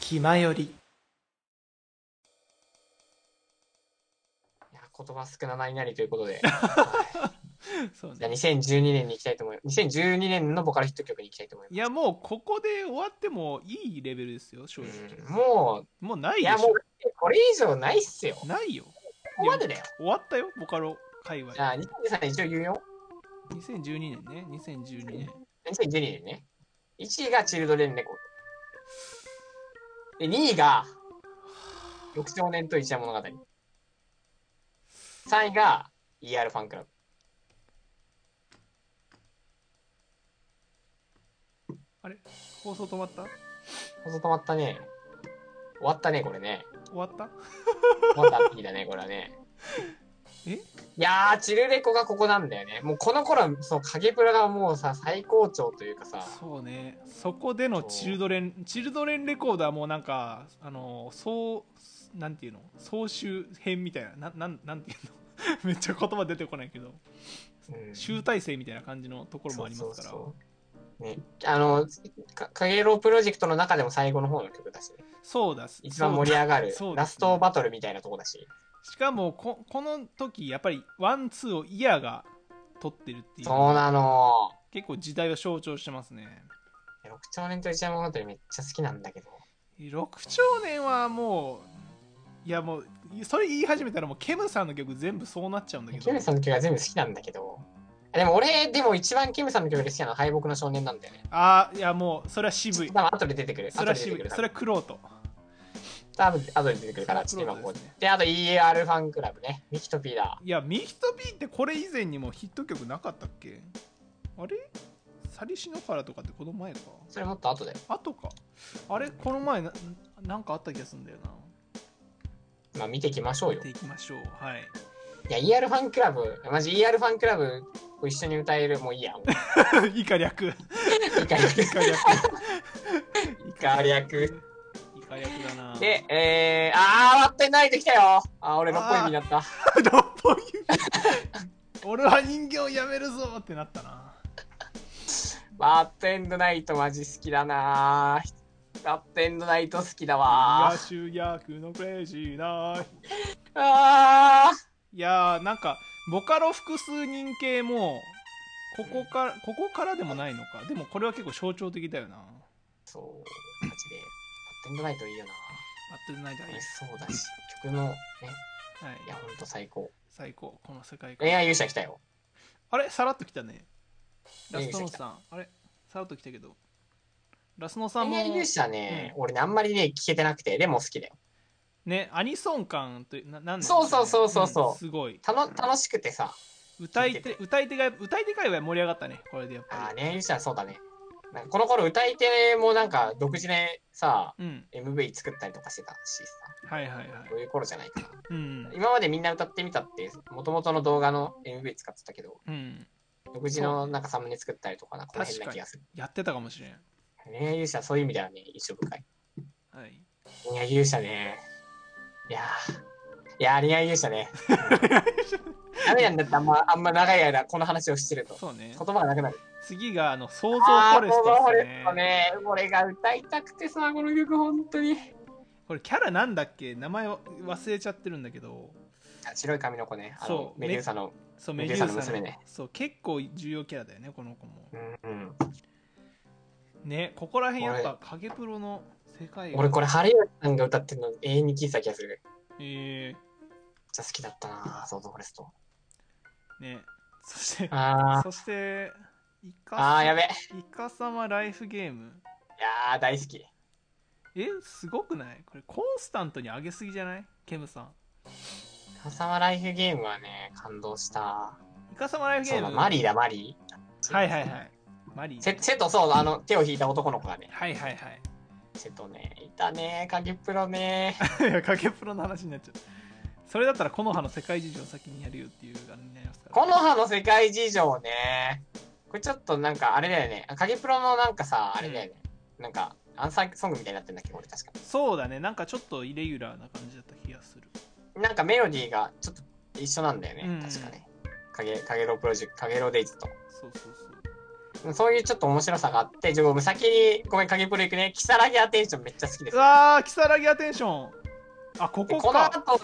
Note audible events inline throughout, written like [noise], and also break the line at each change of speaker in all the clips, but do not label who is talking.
気まより
いや言葉少なないなりということで、 [laughs]
そう
じゃあ
ね
2012年に行きたいと思います。2012年のボカロヒット曲に行きたいと思い
いやもうここで終わってもいいレベルですよ正
ま
直
す。うんも
もうな
う、
い
い
で
や
し
も
ょ
う、これ以上ないっすよ。こ
ないよ
こまでだよ。
終わったよボカロ界
じ
隈
ゃあ、2013年一応言うよ。
2012年ね2012年
2012年ね。1位がチルドレンレコード。で、2位が、六少年と一夜物語。3位が、ER ファンクラブ。
放送止まった
放送止まったね。終わったね、これね。
終わった
終わったいいだね、これはね。
え
いやー、チルレコがここなんだよね。もうこの頃、そう、影プラがもうさ、最高潮というかさ、
そうねそこでのチルドレンチルドレンレコードはもうなんかあのそうなんていうの総集編みたいなななんなんていうの [laughs] めっちゃ言葉出てこないけど
うん
集大成みたいな感じのところもありますから
そうそうそうね、あの、か影ロプロジェクトの中でも最後の方の曲だしね、
そうだ
一番盛り上がる
そう、だ
ラストバトルみたいなとこだし、
しかもここの時やっぱりワンツーをイヤーが取ってるっていう
そうなの。
結構時代を象徴してますね
六兆年と一山物語めっちゃ好きなんだけど、
六兆年はもういやもうそれ言い始めたらもうケムさんの曲全部そうなっちゃうんだけ
キ
ど
ムさんの曲が全部好きなんだけど、あでも俺、でも一番キムさんの曲で好きなのは敗北の少年なんだよね。
ああいやもうそれは渋い
多分後で出てくる。
それは
後で出
渋
て
い
くる
それはクロート
多分後で出てくるから、ちょっと今ここで。で、あと ER ファンクラブね。ミキとピーだ。
いやミキとピーってこれ以前にもヒット曲なかったっけあれサリシノカラとかってこの前か
それもっと後だよ。
あとかあれこの前ななんかあった気がするんだよな
まあ見ていきましょう
見
よ
て。いきましょうはい [laughs]
いや、ER ファンクラブ、マジ ER ファンクラブを一緒に歌える、もういいや。もう
以下略 [laughs] 以
以下略
下略
以下略。
以下略だな [laughs]
で、えー、あー、終わってないできたよ。あー、俺6本指になった。
六本指 [laughs] 俺は人形やめるぞってなったな
バッドエンドナイトマジ好きだなバッドエンドナイト好きだわ
野手役のクレイジーな
あー
いやーなんかボカロ複数人系もここからここからでもないのかでもこれは結構象徴的だよな
そう、マジで。バッドエンドナイトいいよな
バットルナイトはいいで
美味し
す、
そうだし、曲の、ね、
はい
い、や、ほんと最高。
最高この世界観
恋愛勇者来たよ。
あれさらっと来たねラストノ
勇者来
ー
た
さんあれさらっと来たけどラスノーさん
恋
も
愛勇者ね、俺ね、あんまりね、聞けてなくて、でも好きだよ。
ねアニソン感というななんなんですかね
そうそうそうそうそうん
すごい
たの楽しくてさ、
歌い
聞いて
手歌い手が歌い手界隈盛り上がったねこれでやっ
あ
ぱ
ー恋愛勇者はそうだね。なんかこの頃歌い手もなんか独自でさ、
りうん
MV 作ったりとかしてたし
はいはいはい
さ、そういう頃じゃないかな。
うん
今までみんな歌ってみたって、元々の動画の MV 使ってたけど、
うん
独自のなんかサムネ作ったりとか、なんかこの辺な気がする。
やってたかもしれん
恋愛勇者はそういう意味ではね、一緒深い。
はい
恋愛勇者ね。いやー。いやー恋愛勇者ね。
[laughs]
ダメなんだってあんま、あんま長い間この話をしてると。
そうね
言葉がなくなる。
次があの想像フ
あ
ォ
ー
レ
こ
ス
の
ト
フォ
で
レ
す
ス
ね
トね。俺が歌いたくてさ、この曲本当に。
これキャラなんだっけ名前を忘れちゃってるんだけど
あ白い髪の子ね。あ
そ
の
う
メデューサの。
そう
メ
メ
デ
デ
ュ
ュ
ー
ー
サ
サ
の
の
娘ね
そう結構重要キャラだよねこの子も
うんうん、
ねここら辺やっぱ影プロの世界
俺こ
れ
れ、ハレヨさんが歌ってるの永遠に聞いてた気がする。めっ
え
ちゃ好きだったなぁ、ソードフォレスト。
ー、ねそして
あー、
そしてイ
あ
カ
ーやべ。い
イカ様ライフゲーム
やー、大好き。
えすごくないこれコンスタントに上げすぎじゃないケムさん
ハサマライフゲームはね、感動した。
イカ様ライフゲ
そう
ー
だ、
ム
マリーだ、マリー。
はいはいはいマリー
セセト、そうだ、あの、手を引いた男の子がね、
はいはいはい
セトね、いたね、影プロね。
い [laughs] や影プロの話になっちゃうそれだったらこの葉の世界事情を先にやるよっていうあれになりますから
この葉の世界事情ね。これちょっとなんか、あれだよね。影プロのなんかさ、あれだよね。なんか、アンサーソングみたいになってんだっけど、俺確か。
そうだねなんかちょっとイレギュラーな感じだった気がする
なんかメロディーがちょっと一緒なんだよね。
うん
確かね。影、影ロプロジェクト、影ロデイズと。
そうそうそう
そういうちょっと面白さがあって、ちょもう先に、ごめん、影プロ行くね。キサラギアテンションめっちゃ好きです
う。わー、キサラギアテンション。あ、こ
で
こ
この
か。
後、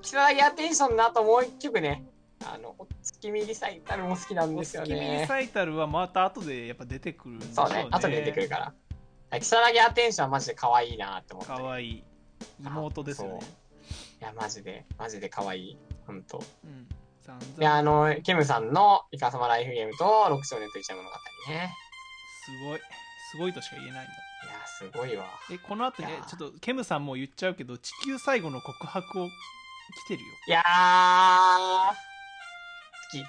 キサラギアテンションの後、もう一曲ね、あの、お月見リサイタルも好きなん
お
ですよ
月見リ
ね。
サイタルはまた後でやっぱ出てくるんでしょ
そうね、後で出てくるから。はいキサラギアテンションはマジで可愛いなって思って。
かわいい。妹ですよね
あ。いや、マジで、マジで可愛い。ほんと。
うん。散々
で、あの、ケムさんのイカサマライフゲームと、六少年と一夜物語ね。
すごい。すごいとしか言えないもん。
いや、すごいわ。
え、この後ね
いやー
ちょっと、ケムさんも言っちゃうけど、地球最後の告白を来てるよ。
いやー、好き、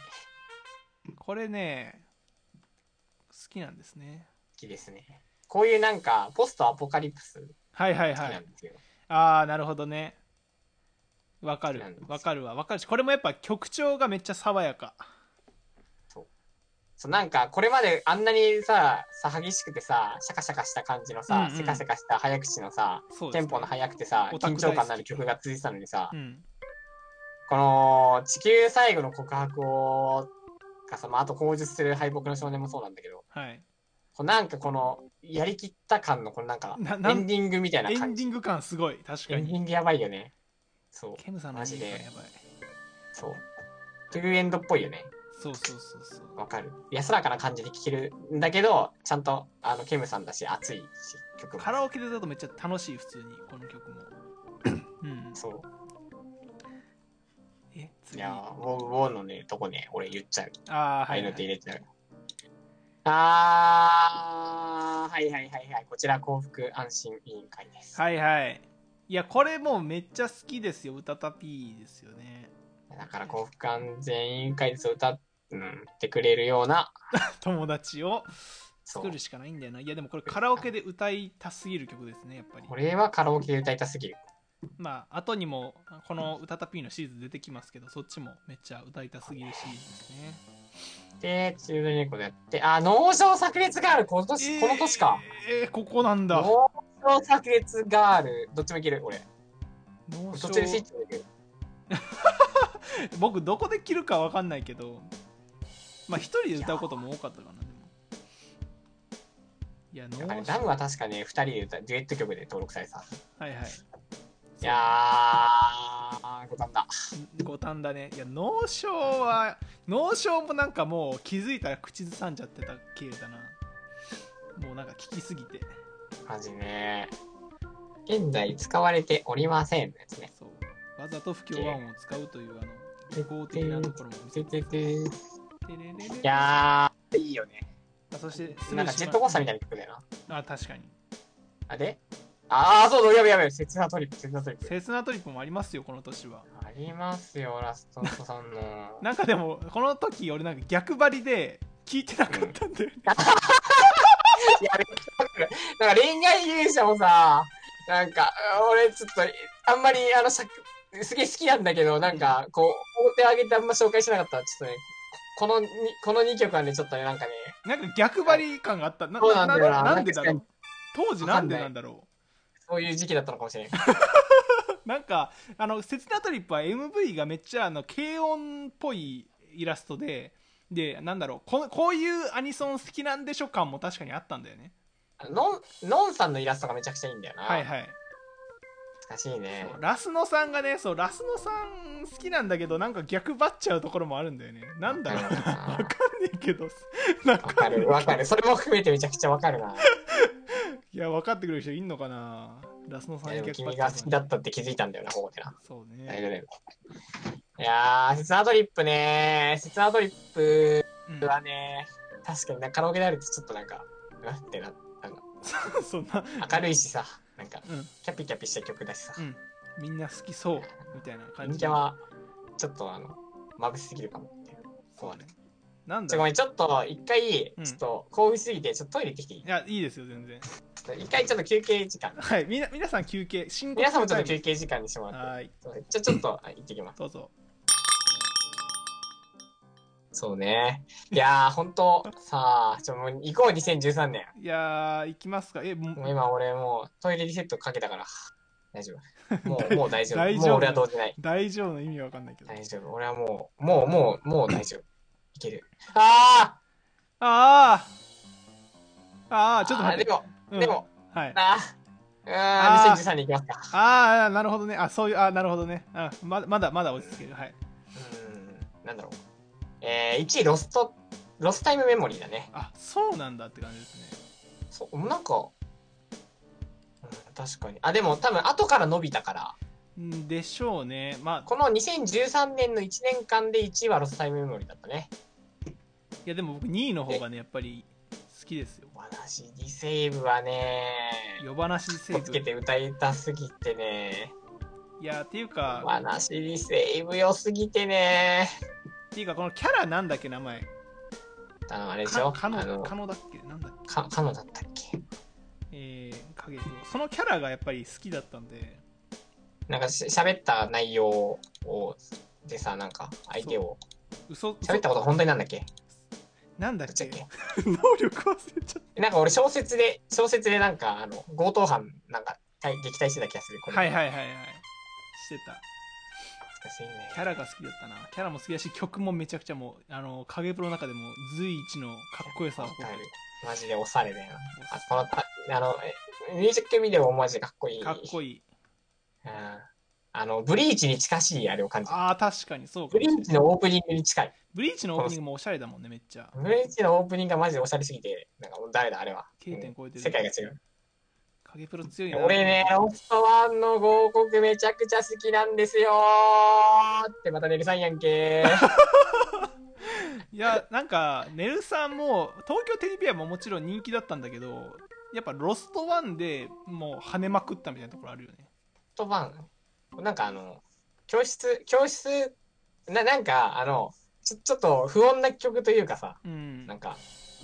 好
これね、好きなんですね。
きですね。こういうなんか、ポストアポカリプス
はいはい
好き
は
ないん。ですよ。
ああ、なるほどね。わかる
好きなんです。よ
わかるわ。わかるし、これもやっぱ曲調がめっちゃ爽やか。
そうなんか、これまであんなにさ、さ、激しくてさ、シャカシャカした感じの
うん
さ
う、ん
せかせかした早口のさ、
そうで
テ
す、
ン
ね。
ポの速くてさ、
オタク
緊
大好き
張感のある曲が続いてたのにさ
う、ん。
この、地球最後の告白を、がさ、まあ、あと、口述する敗北の少年もそうなんだけど、
はい。
こうなんかこの、やりきった感の、このなんか、
なな
エ
ん
ンディングみたいな
エン
感
デ
じ。
ィング感すごい。確か
エンディ
に。
ングやばいよね。そう。
ケムさんのエンディング感やばい。
そう。トゥーエンドっぽいよね。
そうそうそうそう。
わかる。安らかな感じで聴けるんだけど、ちゃんと、あの、ケムさんだし、熱いし、曲も。
カラオケで歌うとめっちゃ楽しい、普通に。この
[clears throat]
曲も。うん。
そ
え、
う。い
次。
や
あ
ー、ウォーウォーのね、とこね、俺言っちゃう。
あー、
は、
はいい、
の
は
って
い。
入れちゃう。あー、はいはいはいはい。こちら幸福安心委員会です。
はいはい。いや、これもうめっちゃ好きですよ。歌たぴーですよね。
だから幸福安全委員会です歌っ、うん、ってくれるような、
友達を
そう
作。るしかないんだよな。いや、でもこれカラオケで歌いたすぎる曲ですね、やっぱり
こ。れはカラオケで歌いたすぎる。
まあ、後にも、この歌たぴーのシリーズ出てきますけど、そっちもめっちゃ歌いたすぎるシリーズですね。
で、中年猫でやって、あ、農場炸裂ガール、この年、この年か。。
えー、ここなんだ。
農場炸裂ガール、どっちもいける、俺。
農
途
場
中でスイッチもいける。
僕、どこで切るかわかんないけど、まあ、一人で歌うことも多かったかな、でも。いや、
なんかね
農場
ダ。ムは確かね、二人で歌、デュエット曲で登録されてた。
はいはい。
いやー、五反だ。
五反だねいや脳症は脳症もなんかもう気づいたら口ずさんじゃってた系だなもうなんか聞きすぎて
マジね。現在使われておりませんのやつね。
そうわざと不協和音を使うというあの技巧的なところも見せて
てて
い
てい
や
やー、いいよね。
そしてすぐ
なんかジェットコースターみたいな曲だよな。
なあ確かに
あれあー、そうそう、やべやべ、切なトリップ、切なトリップ。
セスナトリップもありますよこの年は
ありますよ、ラストントさんの。
なんかでもこの時俺なんか逆張りで聞いてなかったんだよね、
いや、めっちゃわかる。なんか恋愛勇者もさ、なんか、俺ちょっと、あんまり、あの、さすげえ好きなんだけど、なんか、こう、表上げてあんま紹介しなかった。ちょっとね、このに、この2曲はね、ちょっとね、なんかね、
なんか逆張り感があったな
そうなんだよな
なんでだろ
なん
う当時なんでなんだろう
そういう時期だったのかもしれない。
なんかあの「刹那トリップ」は MV がめっちゃあの軽音っぽいイラストででなんだろうここういうアニソン好きなんでしょ感も確かにあったんだよね
あのん、のんさんのイラストがめちゃくちゃいいんだよな。
はいはい
難しいね。
そうラスノさんがねそうラスノさん好きなんだけどなんか逆ばっちゃうところもあるんだよねなんだろうなわかんねえけどなん
わかる、わかる。それも含めてめちゃくちゃわかるな。
いや分かってくれる人いんのかなラスノさん
いや
に
で
逆ば
も
っ
君
ちゃ
が
う
好きだったって気づいたんだよな、ここでな。
そう
大
ね、
丈夫だよ。いやー、切なトリップねー。切なトリップ
うん [laughs]
はね、確かになカラオケであるとちょっとなんか、うわってな、
そんな
明るいしさ、なんか、
うん
キャピキャピした曲だしさ
う、んみんな好きそうみたいな感
人
じ
気は、ちょっとあの、眩しすぎるかもっていう。
そうねなん
ち
だ
ょ、ご
ろう
めん、ちょっと、一回
う、ん
ちょっと、興奮しすぎて、ちょっとトイレ行ってきていい
いやいいですよ全然
ちょっと一回ちょっと休憩時間。
はい、みな皆さん休憩。深
[laughs] 皆さんもちょっと
タイ
休憩時間にしても
ム
らっ
はーい、
て。じゃ、ちょっと、はい行ってきます。
どうぞ。
[laughs] そうね。いやー、ほんと、さあ、ちょ、もう行こう、2013年。
いやー、行きますか。え、も
も
う
う今俺もう、トイレリセットかけたから、大丈夫。も [laughs] う、もう大丈
大
夫。
丈夫
もう俺は動じない。
大丈夫の意味わかんないけど。
大丈夫。俺はもう、もう、もう、もう大丈夫。いける。あ
ああああちょっと待って
あでも、
うん
でも、
はい、
なあ、うーん、2013年いきますか。
ああなるほどねあそういうあなるほどねあままだまだ落ち着けるはい
うん、なんだろう。えー、1位、ロスト、ロスタイムメモリーだね。
あそうなんだって感じですね
そう、なんか、うん、確かに。あ、でも多分、後から伸びたから、
うんでしょうねまあ
この2013年の1年間で1位はロスタイムメモリーだったね。
いやでも僕2位の方がねやっぱり好きですよ
私、リセーブはね、
夜話セ
と
ー
つ
ブ
けて歌いたすぎてね、
いやっていうか
私、リセーブ良すぎてね、
っていうかこのキャラなんだっけ名前
あの、あれでし
か
ょ
か
あ
の
の
かのだっけなんだっけ
か、かのだったっけ
えー、影とそのキャラがやっぱり好きだったんで
なんかし喋った内容をでさなんか相手を
嘘嘘
喋ったこと本当になんだっけ
なんだっ
どっち
け
だっけ
[laughs] 能力忘れちゃっ
なんか俺小説で小説でなんかあの強盗犯なんか対撃退してた気がするこ
た
れ
はい
い
はいはいはいしてた
懐かしいね
キャラが好きだったなキャラも好きだし曲もめちゃくちゃもうあの影プロの中でも随一のかっこよさを誇る
マジでおしゃれだよなあこのたあのえミュージックビデオもマジでかっこいい
かっこいい
うん、あのブリーチに近しいあれを感じる
ああ確かにそうかも
ブ
し
リ
れ
ー
ない
チのオープニングに近い
ブリーチのオープニングもおしゃれだもんねめっちゃ
ブリーチのオープニングがマジでおしゃれすぎてなんかもう誰だあれは
K 点超えてる
世界が違う
影プロ強いな
俺ね、ロストワンの合国めちゃくちゃ好きなんですよーってまた寝るさんやんけー。
いやなんかねるさんも東京テレビアももちろん人気だったんだけどやっぱロストワンでもう跳ねまくったみたいなところあるよね
ロストワン、なんかあの、教室、教室、ななんかあのちょ、ちょっと不穏な曲というかさ、
うん
なんか、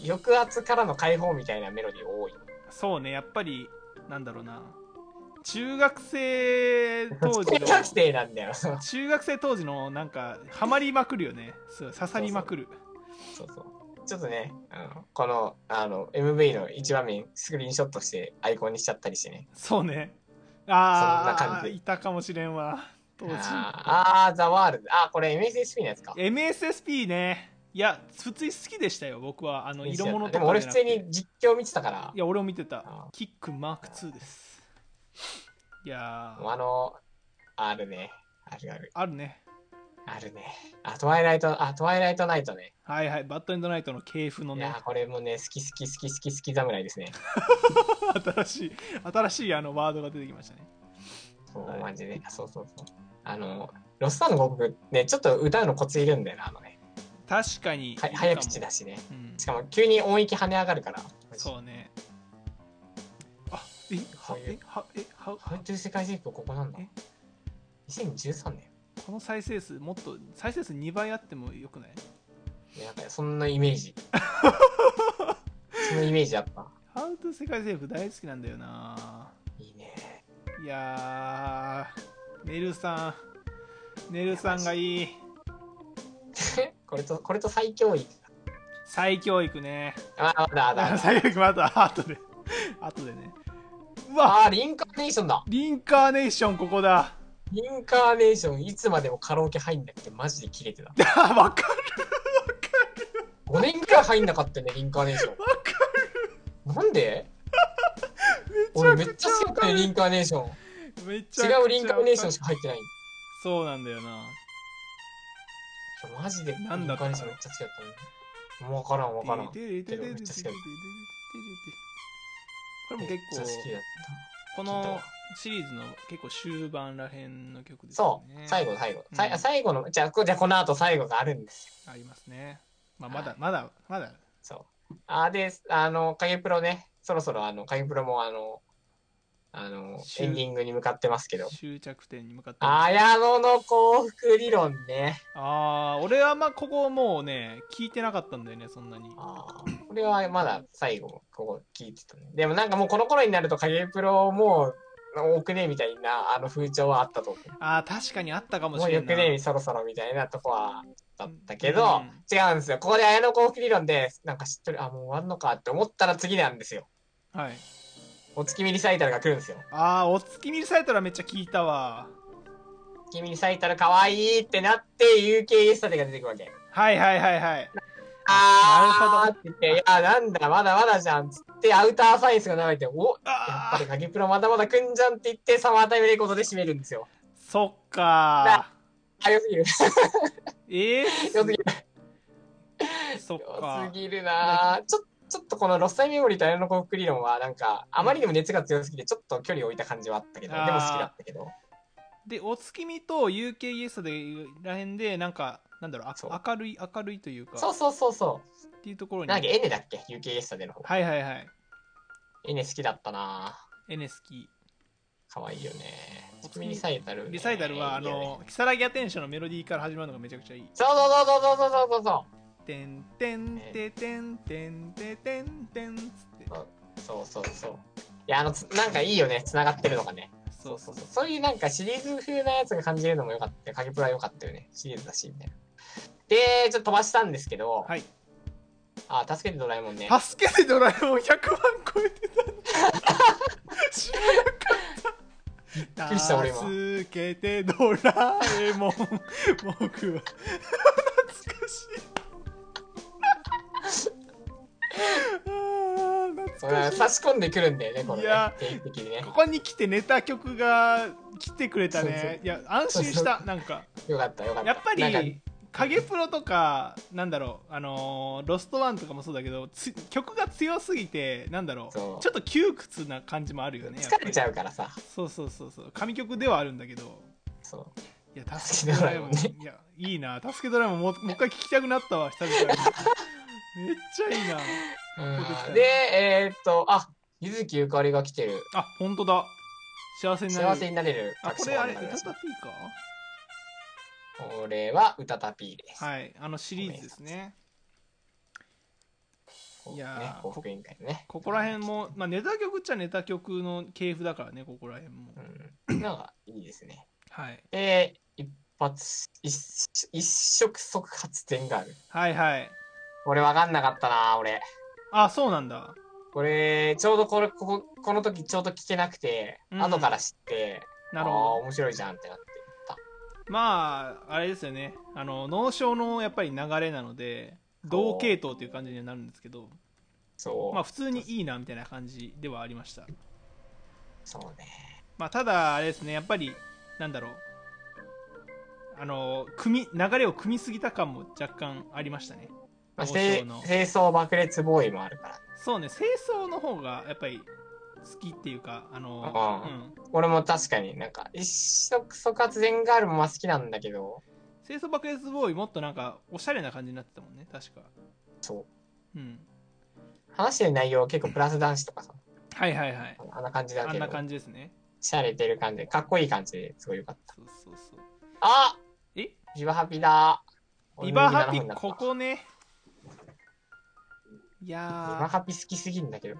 抑圧からの解放みたいなメロディー多い。
そうねやっぱりなんだろうな中学生当時
中学
の
生なんだよ。そう
中学生当時のなんかハマりまくるよねすごい刺さりまくる
そう。ちょっとね、あのこのあの MV の一場面スクリーンショットしてアイコンにしちゃったりしてね。
そうね
そんな
あ
感
あ
じ
いたかもしれんわ当時
あーあー、ザワールド。あー、これ MSSP のやつか。
MSSP ねいや普通に好きでしたよ僕はあの色物とか
でも俺
じ
普
ゃなくて
通に実況見てたから
いや、俺も見てた
あ。
キックマーク2です。いやー、
あの、あるね。あるある。
あるね。
あるね。あ、トワイライト、あ、トワイライトナイトね。
はいはい、バッドエンドナイトの系譜の
い
ね
や、、これもね、好き好き好き好き好き侍ですね。
新しい、新しいあのワードが出てきましたね。
そう、
はい
マジで。そうそうそう。あの、ロスターの国ね、ちょっと歌うのコツいるんだよな、あのね。
確かに。
はい
いか
い
も
早口。だしね。
うん
し、かも急に音域跳ね上がるから。
そうね。あ、え、は
こ、うい
え
う、
は、え、は、
ハイ
は
トゥー世界実況ここなんだ
え。
2013年。
この再生数、もっと、再生数2倍あってもよくない
いやなんかそんなイメージ。そのイメージあった。
ハウトゥー世界政府大好きなんだよない
いね。
いやー、ねるさん、ねるさんがいい。
これと、これと最強位。
再教育ね。
あ、あだあだあ
あ
だ。
最悪また後で後でねうわ
あー、リンカーネーションだ。
リンカーネーションここだ
リンカーネーション、いつまでもカラオケ入んなくて、マジでキレてた。
あわかる
5年くらい入んなかったよ
[laughs]
ね、リンカーネーショ
わか
ン。な
[laughs]
んで
る
俺めっちゃ好きだったよ、リンカーネーション。
めっちゃくちゃ
違うリンカーネーションし
か
か入ってない。い
そうなんだよな
やマジで、リン
な
カー
ん
ネ
だったの
ーションめっちゃ好きだったの。わからん、わから
て
ん。こ
れてれてれてれてれてれてれてれてこれも
れ
結
めっちゃ好きだ
構
っ
このシリーズの結構終盤らへんの曲で
た。
すよ
そ
ね
う、最後、最後。さい
うん
最後の、じゃあ、こじゃあこの後最後があるんですよ。
ありますねまあまだまだまだ
そう。あー、で、あの、影プロね、そろそろ、あの、影プロも、あの、あの、
終
エンディングに向かってますけど。
終着点に向かってます
綾野の幸福理論ね。
あー俺はまあここもうね聞いてなかったんだよねそんなに
あーこれはまだ最後もここ聞いてたね。でもなんかもうこの頃になると影プロもう多くねみたいなあの風潮はあったと思
あー確かにあったか
う。
も
も
し
う
れ
よ
ん
く
ない
ねそろそろみたいなとこはだったけ
う
ど、
ん
違うんですよ。ここで綾野幸福理論でなんか知っとる、あ、もう終わんのかって思ったら次なんですよ。
はい
お月見リサイタルが来るんですよ。
あーお月見サイトラめっちゃ聞いたわ
お月見リサイタルかわいいってなって UKS たてが出てくるわけ。
はいはいはいはい
あ
なるほど
ーって言って、いや、なんだ、まだまだじゃんっつって、アウターファインスが流れて、おやっぱ
あ
りガキプロまだまだくんじゃんって言って、サマータイムレコードで締めるんですよ。
ーそっか
あ、良すぎる。
ええ
良すぎる。
そっ
良
か
すぎるなぁちょちょっとこのロスタイムメモリーとあれの幸福理論は、なんか、あまりにも熱が強すぎて、ちょっと距離を置いた感じはあったけど、で
あー
も好きだったけど。
でお月見と UK イエストでらへんでなんかなんだろう
そう
あ明るい明るいというか
そうそうそうそ
っていうところ
う。
に
なんだっけ、エネだっけ ?UKS での方。
はいはいはい
エネ好きだったなぁ
エネスキ
可愛いよね。お月見リサイタルね、
ーリサイタルはあ
いいよね
の「如月アテンション」のメロディーから始まるのがめちゃくちゃいい
そうそうそうそうそうそうそ
「
う
てんてんててんてんててんてん」つって
そうそうそうそういやあのつなんかいいよね繋がってるのがね
そうそう
そうそういうなんかシリーズ風なやつが感じれるのもよかったよ影プラ良かったよねシリーズだしみたいなでちょっと飛ばしたんですけど、
はい
あ助けてドラえもんね
「助けてドラえもん」100万超えてた知らなかった
くりした俺今
助けてドラえもん僕は懐かしいあー懐
それは
かしい
差し込んでくるんだよねこの
い
ね
や
定期的にね
ここに来てネタ曲が来てくれた
そうそ
ねいや安心したなんか
よかったよかった
やっぱ
なん
り影プロとかなんだろうあのーロストワンとかもそうだけどつ曲が強すぎてなんだろう
そう
ちょっと窮屈な感じもあるよねやっぱ
疲
り
れちゃうからさ
そうそうそうそう神曲ではあるんだけど
そう
いや助けドラえもん
助け
いやいいな助けドラえもんもうもう一回聞きたくなったわ久々にめっちゃいいな
う
こ
ん
こで来たね
でえー、っとあゆずきゆかりが来てる
あ本当だ幸せになれる
幸せになれる
あこれあれ歌っ
隠
た
し
P
物語
か
これは歌たピーです。
はい、あのシリーズですね。
こう
いやー
ね、幸福委員会のね。
ここら辺も、まあ、ネタ曲っちゃネタ曲の系譜だからね、ここら辺も。
うん。なんかいいですね。
はい、
で、一発、一一触即発電がある。
はい、はい。
俺分かんなかったな、俺。
あ、そうなんだ。
これ、ちょうどこれ、ここ、この時ちょうど聞けなくて、
うん
後から知って、
なる
ああ、
ほ
面白いじゃんってなってた。
ど。まあ、あれですよね。あの、脳症のやっぱり流れなので、同系統という感じにはなるんですけど、
そう。
まあ、普通にいいなみたいな感じではありました。
そうね。
まあ、ただ、あれですね、やっぱり、なんだろう。あの組み流れを組みすぎた感も若干ありましたね。
ま
王
あ、清
将の
清掃爆裂ボーイもあるから。
そうね清掃の方がやっぱり好きっていうかあの
ああ俺も確かになんか、一触即発電ガールもまあ好きなんだけど、
うん、清掃爆裂ボーイもっとなんかおしゃれな感じになってたもんね確か
そう。
うん
話してる内容は結構プラス男子とかさ、
はいはいはい
あんな感じだ
あ
け
ん
ど
な、感じですね
しゃれてる感じ、かっこいい感じですごいよかった。
そうそうそう
あ
え
ビバハピだ
ビバハピ
俺の右側の方になった
ここねい
ビバ
やー
ハピ好きすぎんだけど。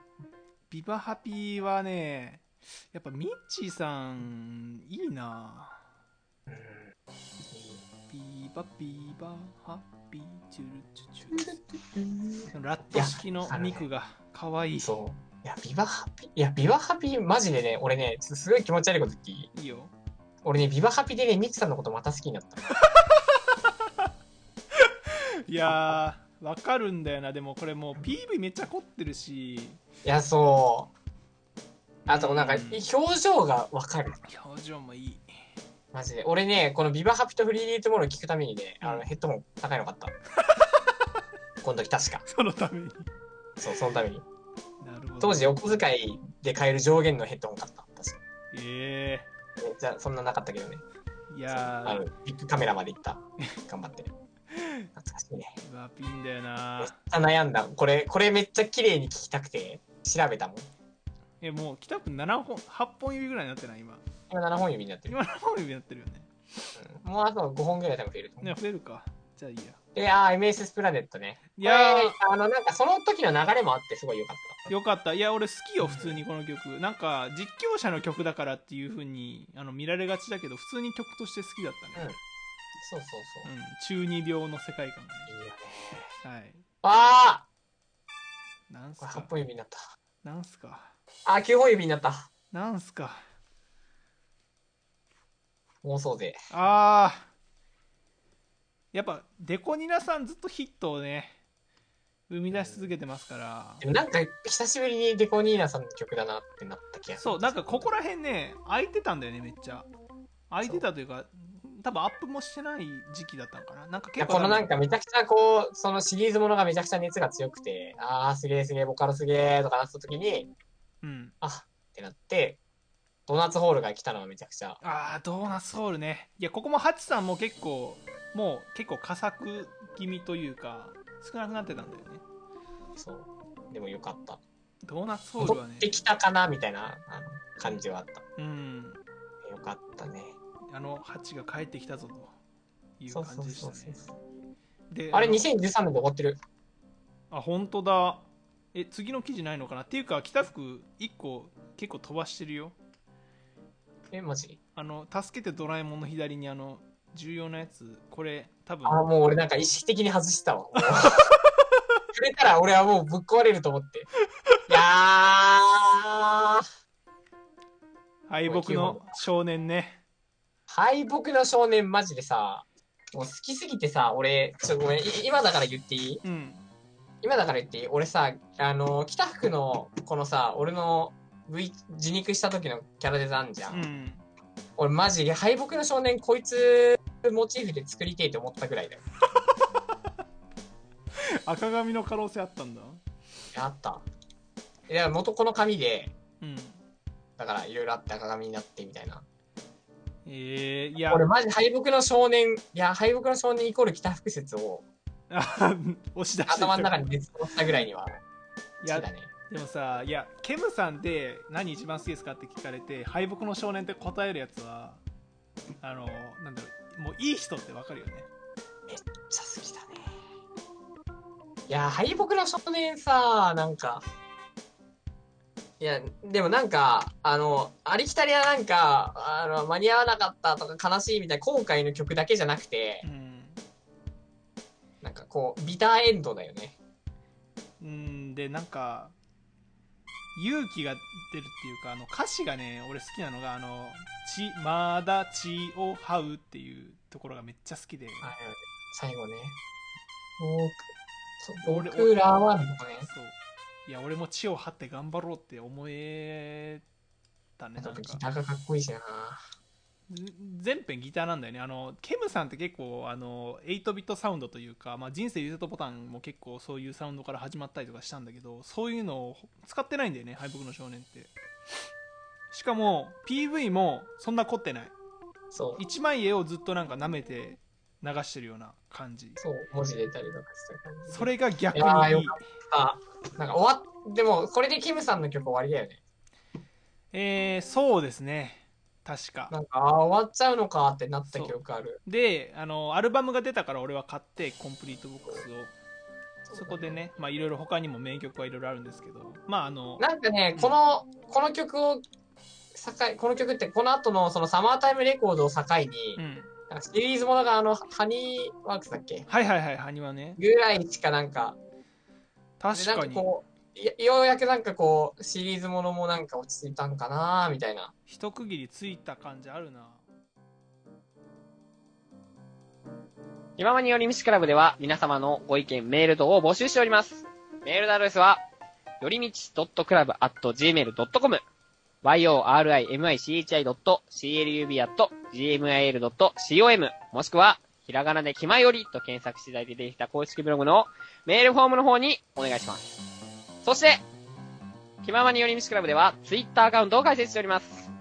ビバハピはねやっぱミッチーさんいいな
うんいい
ビバビバハピチュルチュチュラット式のミクが可愛い
そう。いや、ビバハピ、いや、ビバハピ、マジでね、俺ね、ちょっとすごい気持ち悪いこと言っていい
いいよ
俺ね、ビバハピでね、ミツさんのことまた好きになった。
いやー、わかるんだよな、でもこれもう PV めっちゃ凝ってるし、
いや、そう。あと、なんか、
うん
表情がわかる。
表情もいい。
マジで。俺ね、このビバハピとフリーリートモロー聞くためにね、あ
うん
の、ヘッドホン高いの買った。この時確か。
そのために。
そう、そのために。
なるほど。
当時、お小遣いで買える上限のヘッドホン買った。確か
え
めっちゃそんななかったけどね。
ー、い
あ
や
のビッグカメラまで行った。頑
[laughs]
張って。懐かしいね。
ー、わピンだよ
めっ
な。
ちゃ悩んだ。これ、これめっちゃ綺麗に聞きたくて、調べたもん。
え、もう北くん7本、8本指ぐらいになってない、今。
今7本指になってる。
今7本指になってるよね。
うんもうあと5本ぐらい多分増えると思う。
ね、増えるか。じゃあいいや。
で、あー、MSS プラネットね。
いや
これあの、なんかその時の流れもあってすごい良かった。
ー、よかった。いや、俺好きよ、普通にこの曲。なんか、実況者の曲だからっていう風にあの見られがちだけど、普通に曲として好きだったね。
そうそうそうう。
ん、中二病の世界観が
いいよね。
ね。はい。
あ
なんす
ーこれ8
か。
本指になった。
なんすか。
あー、9本指になった。
なんすか。
妄想勢。
ああやっぱデコニナさんずっとヒットをね生み出し続けてますから、
でもなんか久しぶりにデコニーナさんの曲だなってなった気が
そうなんかここら辺ね空いてたんだよねめっちゃ空いてたというか多分アップもしてない時期だったのかななんか
い
結
や
構
このなんかめちゃくちゃこう、そのシリーズものがめちゃくちゃ熱が強くて、あーすげえすげえ、ボカロすげえとかなった時に、
うん
あってなって、ドーナツホールが来たのがめちゃくちゃ。
ああドーナツソウルねいやここもハチさんも結構もう結構佳作気味というか少なくなってたんだよね
そう。でもよかった。
ドーナツソウル
戻
は
っ
ね
てきたかなみたいなあの感じはあった。
うん
よかったね。
あのハチが帰ってきたぞという
そう
感
そう
じでし
そ
た
うそう
ね。で
あれ
の
2013年で終わってる。
あ本当だえ次の記事ないのかなっていうか北福1個結構飛ばしてるよ
え、マジ
あの「助けてドラえもん」の左にあの重要なやつこれ多分
あーもう俺なんか意識的に外して
[laughs]
たわ。もう触れたら俺はもうぶっ壊れると思って。いやー。
敗北の少年ね
敗北の少年マジでさ、もう好きすぎてさ、俺、ちょ、ごめん、い今だから言っていい
うん
今だから言っていい俺さ、あの、北福の、このさ、俺の V、自肉した時のキャラデザインじゃ。
うんん
俺マジで敗北の少年こいつモチーフで作りてえと思ったぐらいだよ。
赤髪の可能性あったんだ
あった。いや、元この紙で、
うん
だからいろいろあって赤紙になってみたいな。
えー、いや
俺マジ敗北の少年、いや、敗北の少年イコール北福説を
あ [laughs] 押し出してきた
頭の中に熱望したぐらいには、
い
好
や
きだね。
でもさいやケムさんで何一番好きですかって聞かれて敗北の少年って答えるやつはあのなんだろうもういい人ってわかるよね
めっちゃ好きだねいや敗北の少年さなんかいやでもなんかあのありきたりななんかあの間に合わなかったとか悲しいみたいな後悔の曲だけじゃなくて
うん
なんかこうビターエンドだよね
うんでなんか勇気が出るっていうかあの歌詞がね俺好きなのが「あの血まだ血を這う」っていうところがめっちゃ好きで
最後ねもうそう
俺
僕らはのとこね
そういや俺も血を這って頑張ろうって思えたね
な
なんん
か
か
ギターがかっこいいしな
全編ギターなんだよねあのケムさんって結構あの8ビットサウンドというか、まあ、人生リセットボタンも結構そういうサウンドから始まったりとかしたんだけどそういうのを使ってないんだよね敗北の少年ってしかも PV もそんな凝ってない
そう
一枚絵をずっとなんか舐めて流してるような感じ
そう文字出たりとかしてる感じ
それが逆
いや
に
ー
い
よ
い
かあなんか終わっでもこれでキムさんの曲終わりだよね
えー、そうですね確か
なんか、あー終わっちゃうのかってなった記憶ある。
であのアルバムが出たから俺は買ってコンプリートボックスをそこで。ね、まあいろいろ他にも名曲はいろいろあるんですけど、まああの、
なんかね、この、この曲を、境、この曲って、この後のそのサマータイムレコードを境に、
うん、
なんかシリーズものがあの、ハニーワークスだっけ
はいはいはい、ハニワね。
ぐらいしかなんか、
確
でな
か
ん
に
か、こう、やようやくなんかこう、シリーズものもなんか落ち着いたんかなみたいな。
一区切りついた感じあるな。
気ままに寄り道クラブでは皆様のご意見、メール等を募集しております。メールのアドレスは、よりみち .club.gmail.com、yorimichi.club.gmail.com、もしくは、ひらがなで気まよりと検索していただいてできた公式ブログのメールフォームの方にお願いします。そして、気ままに寄り道クラブでは、ツイッターアカウントを開設しております。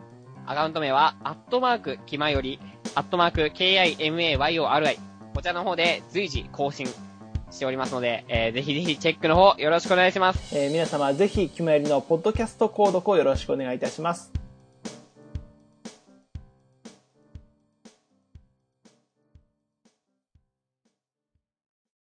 アカウント名は、アットマーク、気まより、アットマーク、KIMAYORI、こちらの方で随時更新しておりますので、えーぜひぜひチェックの方よろしくお願いします。
え皆様ぜひ、キムエリのポッドキャスト購読をよろしくお願いいたします。